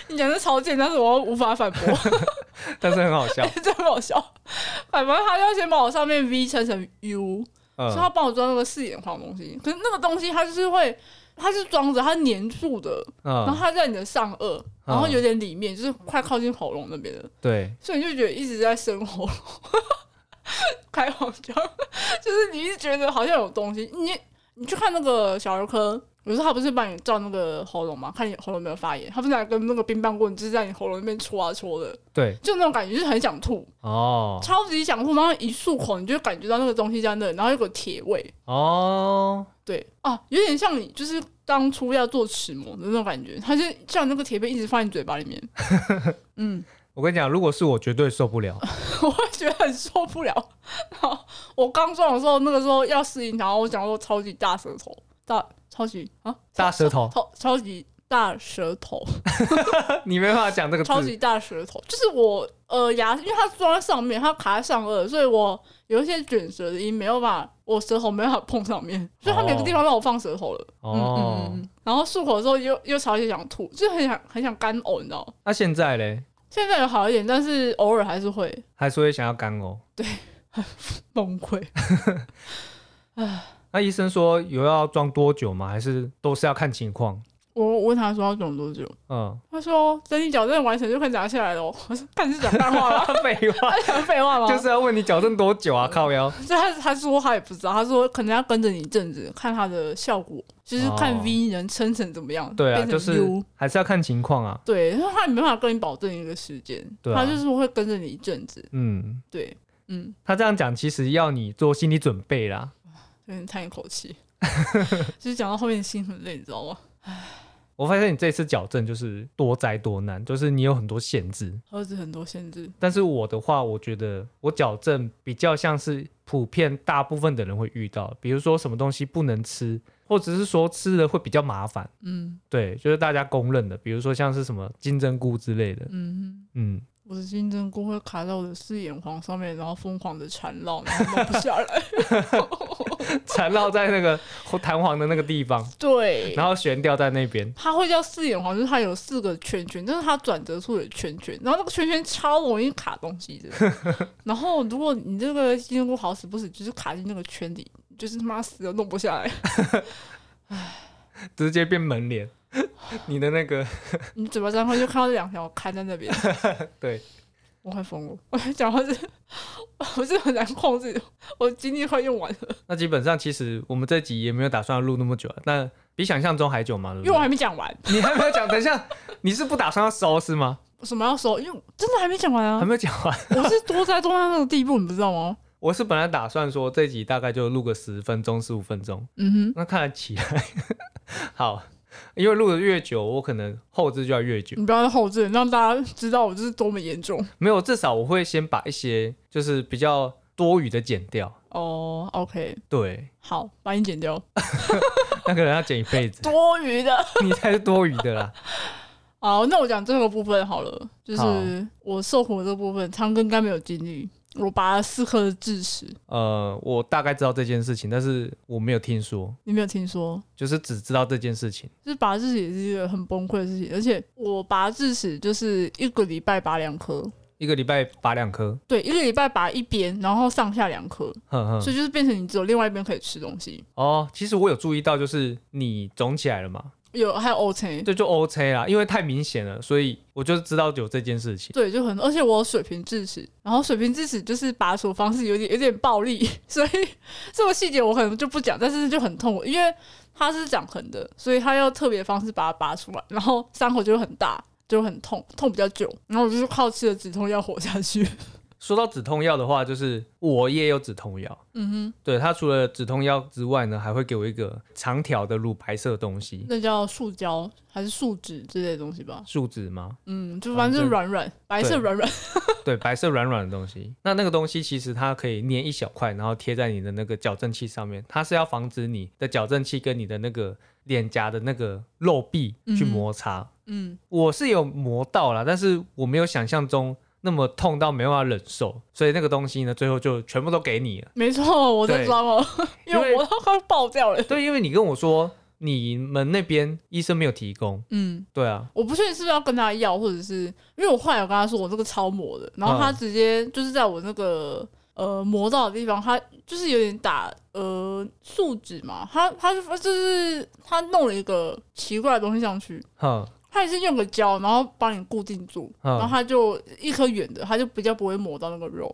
你讲的超贱，但是我又无法反驳。
但是很好 笑。
真好笑。反正他要先把我上面 V 拆成 U，所以他
嗯，
帮我装那个四眼框的东西。可是那个东西它就是会，它是装着，它是粘住的，然后
嗯，
它在你的上颚，然后有点里面，就是快靠近喉咙那边的，
对，
所以你就觉得一直在生喉 咙。开黄腔，就是你一直觉得好像有东西。你你去看那个小儿科，有时候他不是帮你照那个喉咙吗？看你喉咙有没有发炎，他不是拿根那个冰棒棍，就是在你喉咙那边戳啊戳的，
对，
就那种感觉，就是很想吐。
哦，
超级想吐，然后一漱口你就感觉到那个东西在那，然后有个铁味，
哦，
对啊，有点像你就是当初要做齿模的那种感觉，它就像那个铁片一直放在你嘴巴里 面，嗯，
我跟你讲，如果是我，绝对受不了。
我会觉得很受不了。然后我刚装的时候，那个时候要适应它，然后我讲说超级大舌头，大超级啊
大舌头，
超超级大舌 头，
你没办法讲这个
超
字
级大舌头，就是我呃牙，因为它装在上面，它卡在上颚，所以我有一些卷舌的音没有办法，我舌头没办法碰上面，所以它每个地方让我放舌头了。嗯嗯
哦
嗯。。然后漱口的时候又又超级想吐，就是很想很想干呕，你知道吗？
那现在嘞，
现在有好一点，但是偶尔还是会
还是会想要干哦呕。
崩溃。
那医生说有要装多久吗？还是都是要看情况？
我问他说要等多久，
嗯，
他说等你矫正完成就可以拿下来了哦。我说看你是讲大话吗？
废话，
讲废话吗？
就是要问你矫正多久啊？靠腰。
所以他他说他也不知道，他说可能要跟着你一阵子，看他的效果，就是看
哦
V 能撑成怎么样，
对啊，
变成
就
U。
是还是要看情况啊。
对，因为他也没办法跟你保证一个时间，
对啊
他就是会跟着你一阵子。
嗯，
对，嗯，
他这样讲其实要你做心理准备啦。
有点叹一口气， 就是讲到后面心很累，你知道吗？
我发现你这次矫正就是多灾多难，就是你有很多限制。
儿子很多限制，
但是我的话，我觉得我矫正比较像是普遍大部分的人会遇到，比如说什么东西不能吃，或者是说吃了会比较麻烦。
嗯
对，就是大家公认的，比如说像是什么金针菇之类的。
嗯，
嗯，
我的金针菇会卡在我的四眼黄上面，然后疯狂的缠 绕，然后弄不下来。
缠绕在那个弹簧的那个地方，
对，
然后悬吊在那边。
它会叫四眼黄，就是它有四个圈圈，但是它转折处有圈圈，然后那个圈圈超容易卡东西 的。然后如果你这个金针菇好死不死就是卡进那个圈里，就是他妈死都弄不下来。
直接变门帘。你的那个
你嘴巴张开就看到两条开在那边，
对，
我快疯了！我讲话是， 我是很难控制，我精力快用完了，
那基本上其实我们这集也没有打算录那么久啊，那比想象中还久嘛，对
因
不
为我还
对？
没讲完。
你还没有讲，等一下，你是不打算要收是吗？
我什么要说？因为我真的还没讲完
还
啊！
没有讲完。
我是多灾多难到那个地步，你不知道吗？
我是本来打算说这集大概就录个十分钟、十五分钟，
嗯
那看得起来好，因为录的越久，我可能后置就要越久
哼，。你不要再后置，让大家知道我这是多么严重
没有，至少我会先把一些就是比较多余的剪掉。
哦。OK，
对，
好，把你剪掉，
那可能要剪一辈子，
多余的。
你才是多余的啦。
好，那我讲这个部分好了，就
好
是我受苦的这部分，长庚应该没有经历。我拔了四颗的智齿，
呃，我大概知道这件事情，但是我没有听说，
你没有听说？
就是只知道这件事情。
就是拔智齿也是一个很崩溃的事情，而且我拔智齿就是一个礼拜拔两颗，
一个礼拜拔两颗，
对，一个礼拜拔一边，然后上下两颗，
哼
所
哼。
以就是变成你只有另外一边可以吃东西，
哦，其实我有注意到，就是你肿起来了嘛，
有还有 O C，
这就 OK 啦，因为太明显了，所以我就知道有这件事情。
对，就很，而且我有水平智齿，然后水平智齿就是拔除方式有点有点暴力，所以这个细节我可能就不讲，但是就很痛苦，因为它是长横的，所以它要特别的方式把它拔出来，然后伤口就会很大，就很痛，痛比较久，然后我就是靠吃了止痛药活下去，
说到止痛药的话，就是我也有止痛药，
嗯哼。
对它除了止痛药之外呢，还会给我一个长条的乳白色的东西，
那叫塑胶还是树脂之类的东西吧？
树脂吗？
嗯，就反正就是软软，白色
对
软软，
对，白色软软的东西。那那个东西其实它可以粘一小块，然后贴在你的那个矫正器上面，它是要防止你的矫正器跟你的那个脸颊的那个肉壁去摩擦。
嗯，
我是有磨到啦，但是我没有想象中那么痛到没办法忍受，所以那个东西呢，最后就全部都给你了。
没错，我在
对
装哦，因
因为
为我都快爆掉了。
对，因为你跟我说。你们那边医生没有提供，
嗯，
对啊，
我不确定是不是要跟他要，或者是因为我后来有跟他说我这个超磨的，然后
嗯
他直接就是在我那个呃磨到的地方，他就是有点打呃树脂嘛，他他就就是他弄了一个奇怪的东西上去。
哈，
他也是用个胶，然后帮你固定住，
嗯
然后他就一颗圆的，他就比较不会磨到那个肉。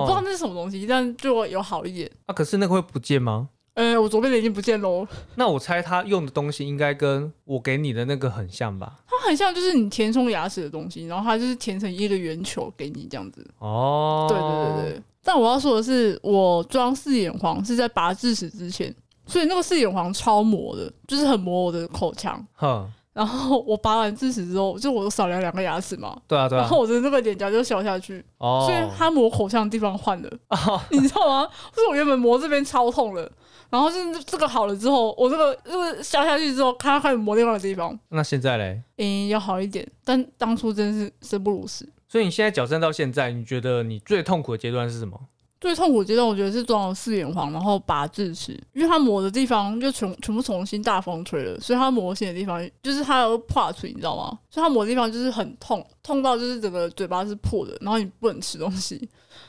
我不知道那是什么东西，但就有好一点。
啊，可是那个会不见吗？
呃，我左边的已经不见喽，
那我猜他用的东西应该跟我给你的那个很像吧？
它很像就是你填充牙齿的东西，然后它就是填成一个圆球给你这样子。
哦，
对对对对。但我要说的是，我装四眼黄是在拔智齿之前，所以那个四眼黄超磨的，就是很磨我的口腔。
哼，
然后我拔完智齿之后，就我少了两个牙齿嘛，
对啊对
然
啊，
后我的那个脸颊就消下去，
哦，
所以它磨口腔的地方换了， 你知道吗？就是我原本磨这边超痛了，然后就是这个好了之后，我这个这个消下去之后，它开始磨另外的地方，
那现在嘞？
诶、要好一点。但当初真是生不如死。
所以你现在矫正到现在，你觉得你最痛苦的阶段是什么？
最痛苦的阶段，我觉得是装了四眼黄，然后拔智齿，因为它磨的地方就全全部重新大风吹了，所以它磨线的地方就是它有破嘴，你知道吗？所以它磨的地方就是很痛，痛到就是整个嘴巴是破的，然后你不能吃东西。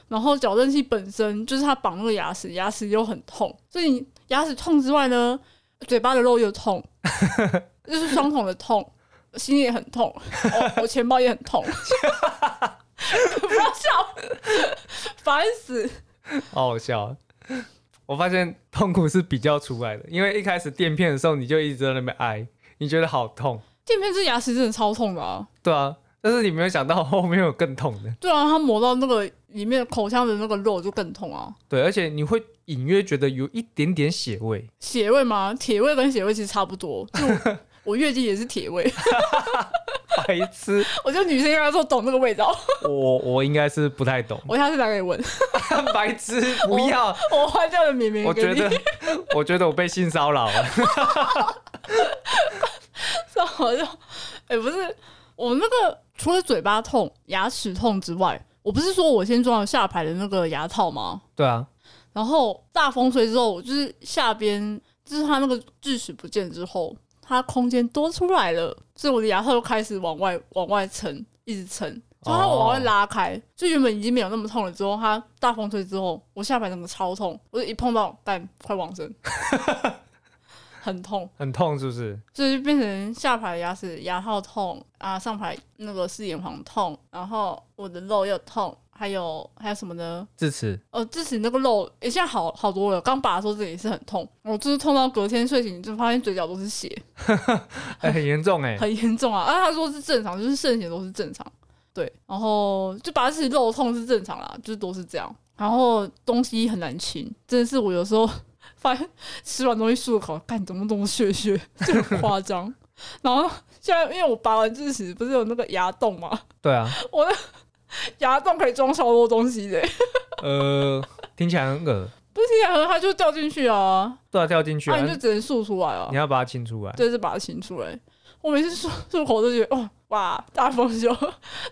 然后矫正器本身就是它绑那个牙齿，牙齿又很痛，所以你牙齿痛之外呢，嘴巴的肉又痛，就是双重的痛，心也很痛，哦我我钱包也很痛。 不要笑， 烦死！
好好笑啊。我发现痛苦是比较出来的，因为一开始垫片的时候，你就一直在那边挨，你觉得好痛，
垫片这牙齿真的超痛的啊！
对啊。但是你没有想到后面有更痛的，
对啊，它磨到那个里面口腔的那个肉就更痛啊。
对，而且你会隐约觉得有一点点血味，
血味吗？铁味跟血味其实差不多， 就我我月经也是铁味，
白痴，
我觉得女生应该都懂那个味道。
我我应该是不太懂，
我下次拿给你闻，
白痴，不要，
我换掉了绵绵
我
给
觉
你
得，我觉得我被性骚扰了，
然后我就，哎、不是，我那个除了嘴巴痛、牙齿痛之外，我不是说我先装了下排的那个牙套吗？
对啊，
然后大风吹之后，我就是下边就是它那个智齿不见之后，它空间多出来了，所以我的牙套就开始往外往外撑，一直撑，就它往外拉开，就原本已经没有那么痛了。之后它大风吹之后，我下排整个超痛，我就一碰到但快往生， 很痛，
很痛是不是？
所以就变成下排牙齿牙套痛啊，上排那个四眼黄痛，然后我的肉又痛，还有还有什么呢？
智齿，
呃，智齿那个肉，诶，现在好好多了。刚拔的时候这里也是很痛，我就是痛到隔天睡醒就发现嘴角都是血，
哎、 很严重哎、
很严重啊。啊，他说是正常，就是渗血都是正常。对，然后就拔智齿肉痛是正常啦，就是都是这样。然后东西很难清，真的是我有时候 发现吃完东西漱口，看怎么那么血血，就很夸张。然后现在因为我拔完智齿，不是有那个牙洞嘛，
对啊，
我的牙洞可以装超多东西的、欸
呃，听起来很恶，
不是牙盒它就掉进去啊。
对啊，掉进去
那、
啊，
啊、你就只能漱出来啊
你，要把它清出来。
就是把它清出 来。我每次漱漱口都觉得，哦，哇，大丰收，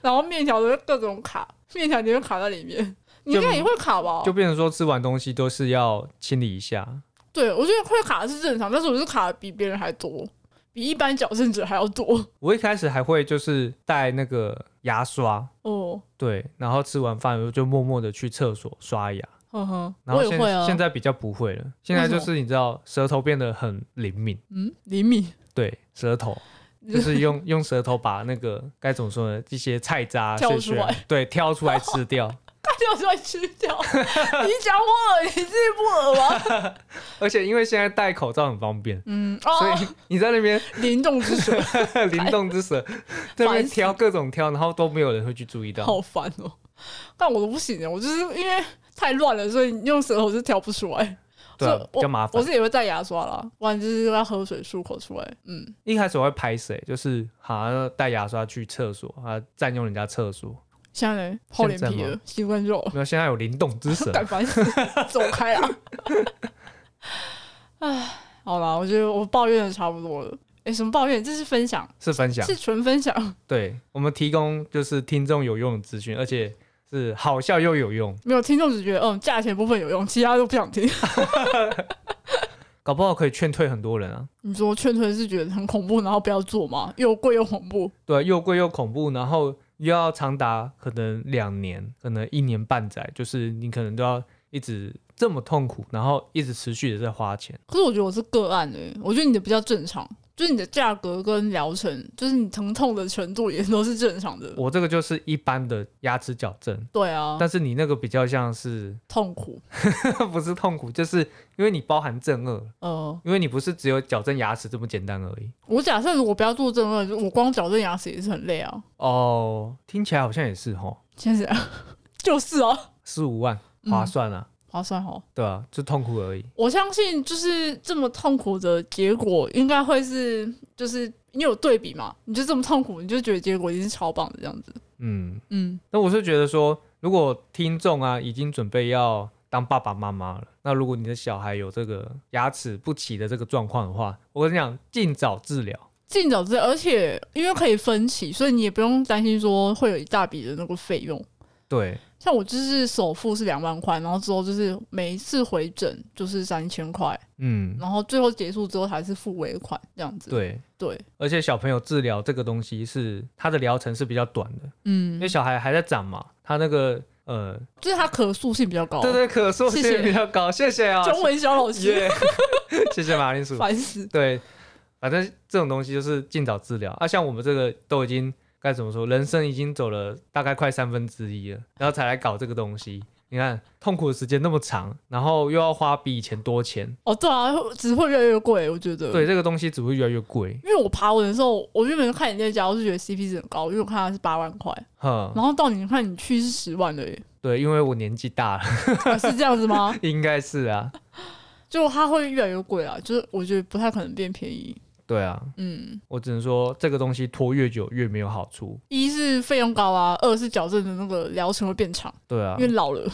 然后面条都会各种卡，面条你会卡在里面，你应该也会卡吧？
就变成说吃完东西都是要清理一下，
对，我觉得会卡是正常，但是我是卡的比别人还多，比一般矫正者还要多。
我一开始还会就是带那个牙刷，
哦，
对，然后吃完饭我就默默的去厕所刷牙。
呵呵，
然
我
后
也
现
会啊。
现在比较不会了，现在就
为什
是你知道舌头变得很灵敏，
嗯，厘米，
对，舌头 就是用用舌头把那个该怎么说呢，一些菜渣
挑 出
屑
来
屑，对，挑出来吃 掉。
大家就会吃掉。 你讲我耳，你自己不耳吗？
而且因为现在戴口罩很方便，
嗯，
所
哦，
以你在那 边
灵动之水，
灵动之舌在那
烦
边
死
挑各种挑，然后都没有人会去注意到。
好烦哦、但我都不行啊，我就是因为太乱了，所以你用舌头是挑不出来。
对啊
所以，
比较麻烦
我。是也会带牙刷啦，不然就是要喝水漱口出来。嗯，
一开始我会拍谁，就是好像带牙刷去厕所啊，占用人家厕所。
现在呢，厚脸皮
现在
了
吗，啊
习惯肉，
没有，现在有灵动 之舌，
敢烦死，走开啦！唉，好啦，我觉得我抱怨的差不多了。哎、什么抱怨？这是分享，
是分享
是。纯分享，
对我们提供就是听众有用的资讯，而且是好笑又有用。
没有听众只觉得嗯，价钱部分有用，其他都不想听。
搞不好可以劝退很多人啊。
你说劝退是觉得很恐怖，然后不要做嘛，又贵又恐怖，
对，啊又贵又恐怖，然后又要长达可能两年，可能一年半载，就是你可能都要一直这么痛苦，然后一直持续的在花钱。
可是我觉得我是个案诶、我觉得你的比较正常，就是你的价格跟疗程，就是你疼痛的程度也都是正常的。
我这个就是一般的牙齿矫正，
对啊，
但是你那个比较像是
痛苦，
不是痛苦，就是因为你包含正颚，
呃，
因为你不是只有矫正牙齿这么简单而已。
我假设如果不要做正颚，我光矫正牙齿也是很累啊。
哦，听起来好像也是吼，
现在 就是啊，
四五万划
嗯
算啊，
划算哦。
对啊，就痛苦而已。
我相信就是这么痛苦的结果，应该会是就是你有对比嘛，你就这么痛苦，你就觉得结果一定是超棒的这样子。
嗯，
嗯，
那我是觉得说，如果听众啊已经准备要当爸爸妈妈了，那如果你的小孩有这个牙齿不齐的这个状况的话，我跟你讲，尽早治疗。
尽早知道，而且因为可以分期，所以你也不用担心说会有一大笔的那个费用。
对，
像我就是首付是两万块，然后之后就是每一次回诊就是三千块，
嗯，
然后最后结束之后还是付尾款这样子。
对，
对，
而且小朋友治疗这个东西是它的疗程是比较短的，因
嗯
为，小孩还在长嘛，他那个呃，
就是它可塑性比较高。
对对，可塑
谢
性
谢
比较高，谢谢啊，
中文小老师，
耶，谢 谢马铃 薯。
烦死。
对，反正这种东西就是尽早治疗啊。像我们这个都已经该怎么说，人生已经走了大概快三分之一了，然后才来搞这个东西。你看，痛苦的时间那么长，然后又要花比以前多钱，
哦，对啊，只会越来越贵，我觉得。
对这个东西只会越来越贵。
因为我爬文的时候，我原本看你那家，我就觉得 CP 值很高，因为我看它是八万块，
哼，
然后到你看你去是十万的耶，
对，因为我年纪大了，
啊是这样子吗？
应该是啊，
就它会越来越贵啊，就是我觉得不太可能变便宜。
对啊，
嗯，
我只能说这个东西拖越久越没有好处，
一是费用高啊，二是矫正的那个疗程会变长，
对啊
因。为老了。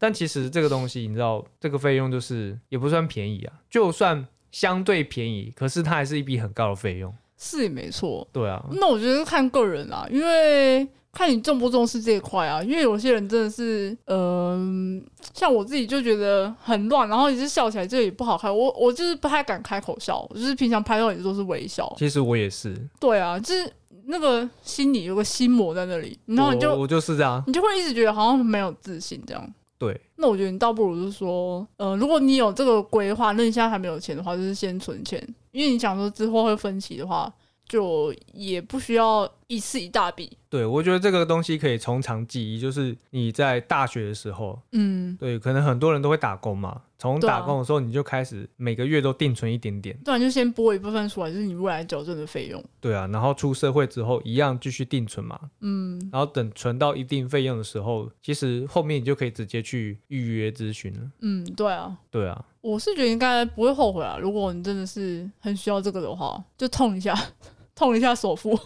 但其实这个东西，你知道，这个费用就是也不算便宜啊，就算相对便宜，可是它还是一笔很高的费用。
是也没错。
对啊，
那我觉得看个人啦，因为看你重不重视这一块啊。因为有些人真的是，嗯、像我自己就觉得很乱，然后也是笑起来这也不好看。我我就是不太敢开口笑，我就是平常拍照也都是微笑。
其实我也是，
对啊，就是那个心里有个心魔在那里，然后你
我
就
我就是这样，
你就会一直觉得好像没有自信这样。
对，
那我觉得你倒不如就是说，呃，如果你有这个规划，那你现在还没有钱的话，就是先存钱，因为你想说之后会分期的话，就也不需要一次一大笔。
对我觉得这个东西可以从长计议，就是你在大学的时候，
嗯，
对，可能很多人都会打工嘛，从
对啊
打工的时候你就开始每个月都定存一点点，
不然就先拨一部分出来，就是你未来矫正的费用。
对啊，然后出社会之后一样继续定存嘛，
嗯，
然后等存到一定费用的时候，其实后面你就可以直接去预约咨询了，
嗯，对啊。
对啊，
我是觉得应该不会后悔啊。如果你真的是很需要这个的话，就痛一下， 痛一下首付。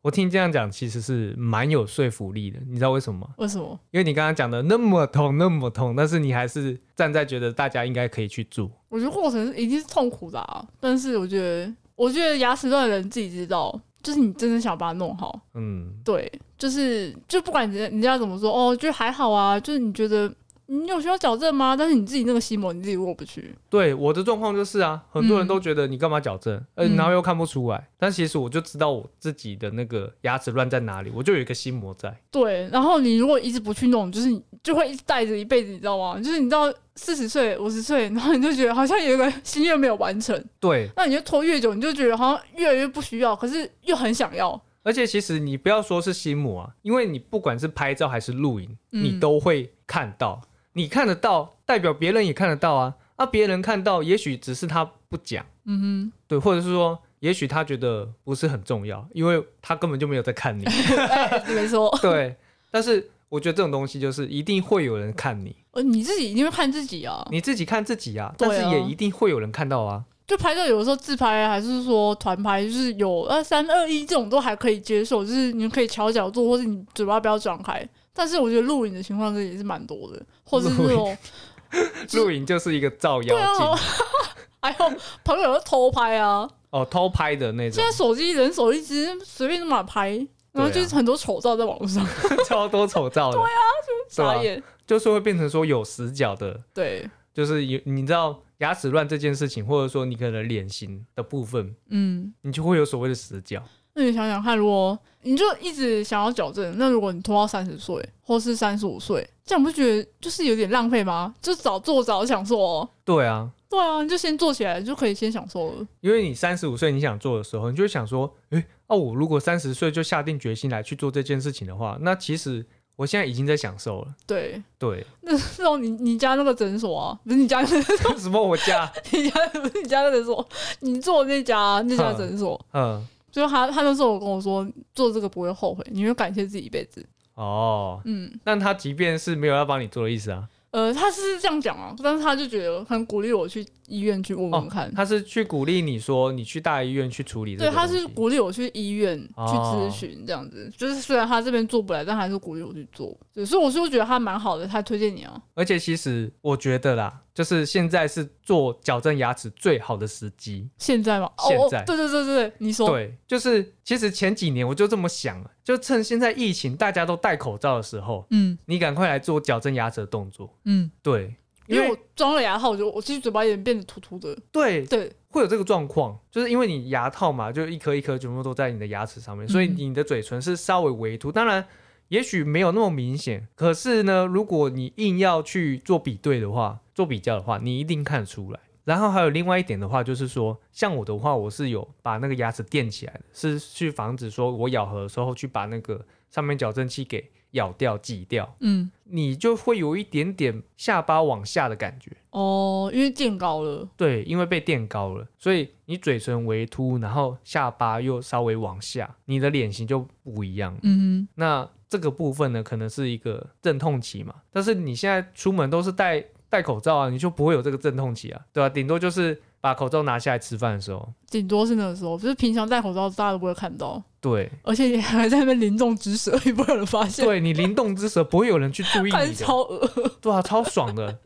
我听你这样讲其实是蛮有说服力的，你知道为什么吗？
为什么？
因为你刚刚讲的那么痛那么痛，但是你还是站在觉得大家应该可以去做。
我觉得过程是一定是痛苦的、啊，但是我觉得，我觉得牙齿断的人自己知道，就是你真的想把它弄好，
嗯，
对，就是就不管你人家怎么说，哦，就还好啊，就是你觉得你有需要矫正吗？但是你自己那个心魔你自己过不去，
对，我的状况就是啊，很多人
嗯
都觉得你干嘛矫正，呃、
嗯
然后又看不出来，但其实我就知道我自己的那个牙齿乱在哪里，我就有一个心魔在。
对，然后你如果一直不去弄，就是你就会一直带着一辈子，你知道吗？就是你到四十岁、五十岁，然后你就觉得好像有一个 心愿没有完成，
对，
那你就拖越久，你就觉得好像越来越不需要，可是又很想要，
而且其实你不要说是心魔啊，因为你不管是拍照还是录影，
嗯
你都会看到，你看得到，代表别人也看得到啊。啊，别人看到，也许只是他不讲，
嗯
对，或者是说，也许他觉得不是很重要，因为他根本就没有在 看你。
哼，哎，你没说，
对，但是我觉得这种东西就是一定会有人看你，
呃你自己一定会看自己啊，
你自己看自己啊，但
对啊
是也一定会有人看到啊。
就拍照，有的时候自拍啊还是说团拍，就是有呃三二一这种都还可以接受，就是你可以调角度，或者你嘴巴不要张开。但是我觉得录影的情况这也是蛮多的，或是那
录
种就是
录影就是一个照妖
对啊，
镜、
好 还有朋友偷拍啊，
哦，偷拍 的那种
现，在手机人手一只，随便那么拍，然
啊
后就是很多丑照在网络上，
超多丑照的，对啊，
傻眼。
就是会变成说有死角的，
对，
就是有你知道牙齿乱这件事情，或者说你可能脸型的部分，
嗯，
你就会有所谓的死角。
那你想想看，如果你就一直想要矫正，那如果你拖到三十岁或是三十五岁，这样你不觉得就是有点浪费吗？就早做早享受哦。
对啊，
对啊，你就先做起来，就可以先享受了。
因为你三十五岁你想做的时候，你就会想说，诶，哦、我如果三十岁就下定决心来去做这件事情的话，那其实我现在已经在享受了。
对，
对，
那那种你你家那个诊所啊，不是你家那个
什么我家，
你家不是你家那个诊所，你做那家、那家诊所，
嗯，
就是他他那时候有跟我说，做这个不会后悔，你会感谢自己一辈子。
哦，
嗯，
但他即便是没有要帮你做的意思啊，
呃，他是这样讲啊，但是他就觉得很鼓励我去医院去问
哦
问看。
他是去鼓励你说你去大医院去处理这
对，
个
他
东西。
是
哦
鼓励我去医院去咨询这样子，就是虽然他这边做不来，但还是鼓励我去做。对，所以我就觉得他蛮好的，他推荐你啊。
而且其实我觉得啦，就是现在是做矫正牙齿最好的时机。
现在吗？
现
哦
在
哦，对对对对，对你说，
对，就是其实前几年我就这么想了，就趁现在疫情大家都戴口罩的时候，
嗯
你赶快来做矫正牙齿的动作。
嗯，
对，
因为我装了牙套，我就我其实嘴巴有点变得突突的。
对
对，
会有这个状况，就是因为你牙套嘛，就一颗一颗全部都在你的牙齿上面，所以
嗯
你的嘴唇是稍微微凸，当然也许没有那么明显，可是呢，如果你硬要去做比对的话，做比较的话，你一定看得出来。然后还有另外一点的话，就是说，像我的话，我是有把那个牙齿垫起来的，是去防止说我咬合的时候去把那个上面矫正器给咬掉、挤掉，
嗯，
你就会有一点点下巴往下的感觉。
哦，因为垫高了，
对，因为被垫高了，所以你嘴唇微凸，然后下巴又稍微往下，你的脸型就不一样了。
嗯
那这个部分呢，可能是一个阵痛期嘛，但是你现在出门都是戴戴口罩啊，你就不会有这个阵痛期啊，对吧、顶多就是把口罩拿下来吃饭的时候，
哼，顶多是那个时候，就是平常戴口罩大家都不会看到，
对，
而且你还在那边临众指使，也不会有人发现，
对你灵动之舌不会有人去注意
看
你的，
超恶。
对啊，超爽的。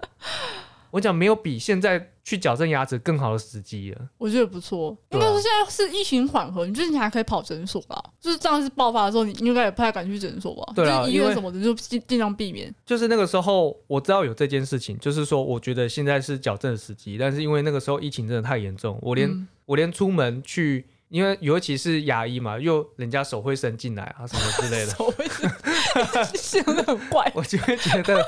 我讲没有比现在去矫正牙齿更好的时机了，
我觉得不错，
对
应
啊
该说现在是疫情缓和，你就是你还可以跑诊所吧？就是这样子爆发的时候，你应该也不太敢去诊所吧？
对啊
就是医
因
院
为
什么的就尽尽量避免。
就是那个时候我知道有这件事情，就是说我觉得现在是矫正的时机，但是因为那个时候疫情真的太严重，我连、
嗯
我连出门去，因为尤其是牙医嘛，又人家手会伸进来啊什么之类的，
手会是显得很怪，
我就会觉得，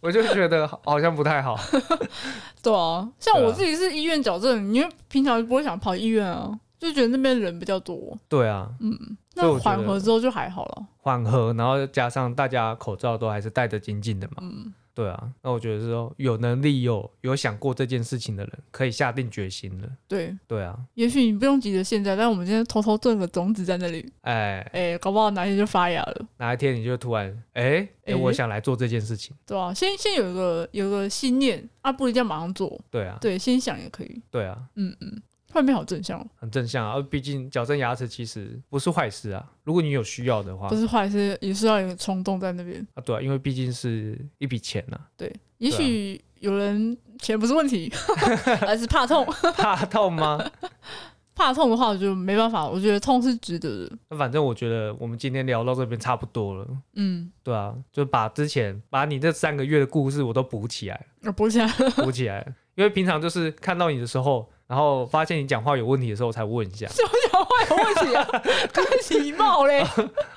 我就觉得好像不太好。
嗯对啊。像
对啊
我自己是医院矫正，因为平常就不会想跑医院啊，就觉得那边人比较多。
对啊，所以
那
我觉得
缓和之后就还好了。
缓和，然后加上大家口罩都还是戴得紧紧的嘛。
嗯
对啊，那我觉得是说有能力有有想过这件事情的人，可以下定决心了。
对，
对啊，
也许你不用急着现在，但我们今天偷偷种个种子在那里，
哎，
哎、搞不好哪天就发芽了。
哪一天你就突然，哎、哎
哎
我想来做这件事情。
对啊，先先有一个有个信念啊，不一定要马上做，
对啊，
对，先想也可以。
对啊，
嗯，嗯，突然变好正向哦，
很正向啊。呃毕竟矫正牙齿其实不是坏事啊，如果你有需要的话
不，是坏事，也是要有冲动在那边。
啊，对啊，因为毕竟是一笔钱啊呐、
对，也许有人钱不是问题，而是怕痛。
啊，怕痛吗？
怕痛的话，我就没办法，我觉得痛是值得的。
那反正我觉得我们今天聊到这边差不多了，
嗯，
对啊，就把之前把你这三个月的故事我都补起来，
我不想，
补起来了，因为平常就是看到你的时候，然后发现你讲话有问题的时候我才问一下，
这么讲话有问题啊？太礼貌嘞！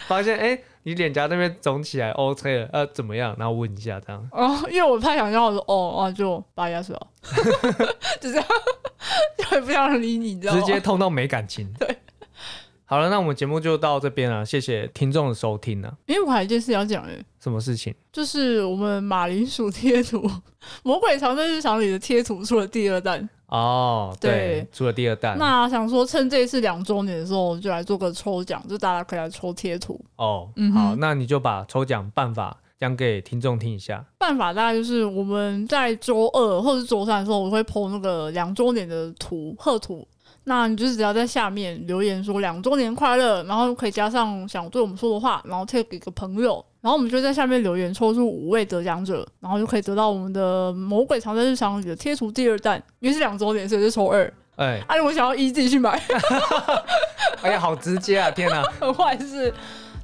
发现哎、你脸颊那边肿起来，OK 了，呃，怎么样？然后问一下这样，
哦，因为我太想要，我说哦啊，就拔牙水哦，就这样，就也不想理你，你知道吗？
直接痛到没感情。
对。
好了，那我们节目就到这边了，谢谢听众的收听啊。
因为我还有一件事要讲诶、
什么事情？
就是我们马铃薯贴图，《魔鬼藏在日常》里的贴图出了第二弹，
哦，
对，
除了第二弹，
那想说趁这一次两周年的时候，就来做个抽奖，就大家可以来抽贴图。
哦，
嗯哼
好，那你就把抽奖办法讲给听众听一下。
办法大概就是我们在周二或者是周三的时候，我会 PO 那个两周年的图贺图。那你就只要在下面留言说两周年快乐，然后可以加上想对我们说的话，然后 tag 一个朋友，然后我们就在下面留言抽出五位得奖者，然后就可以得到我们的《魔鬼藏在日常》里的贴图第二弹，因为是两周年，所以就抽二。
哎、
啊，如果想要一自己去买，
哎呀，好直接啊！天哪、
很坏事。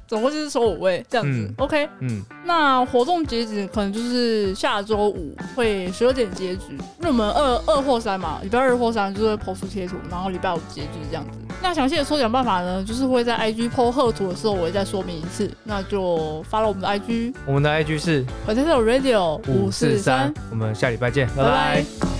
总共就是收五位这样子。
嗯
OK，
嗯，
那活动截止可能就是下周五会十二点截止，热门二二或三嘛，礼拜二或三就是会抛出贴图，然后礼拜五截止这样子。那详细的抽奖办法呢，就是会在 IG 抛贺图的时候，我会再说明一次。那就发了我们的 IG，
我们的 IG 是
我在这 Radio
五四三，，我们下礼拜见，拜拜
拜拜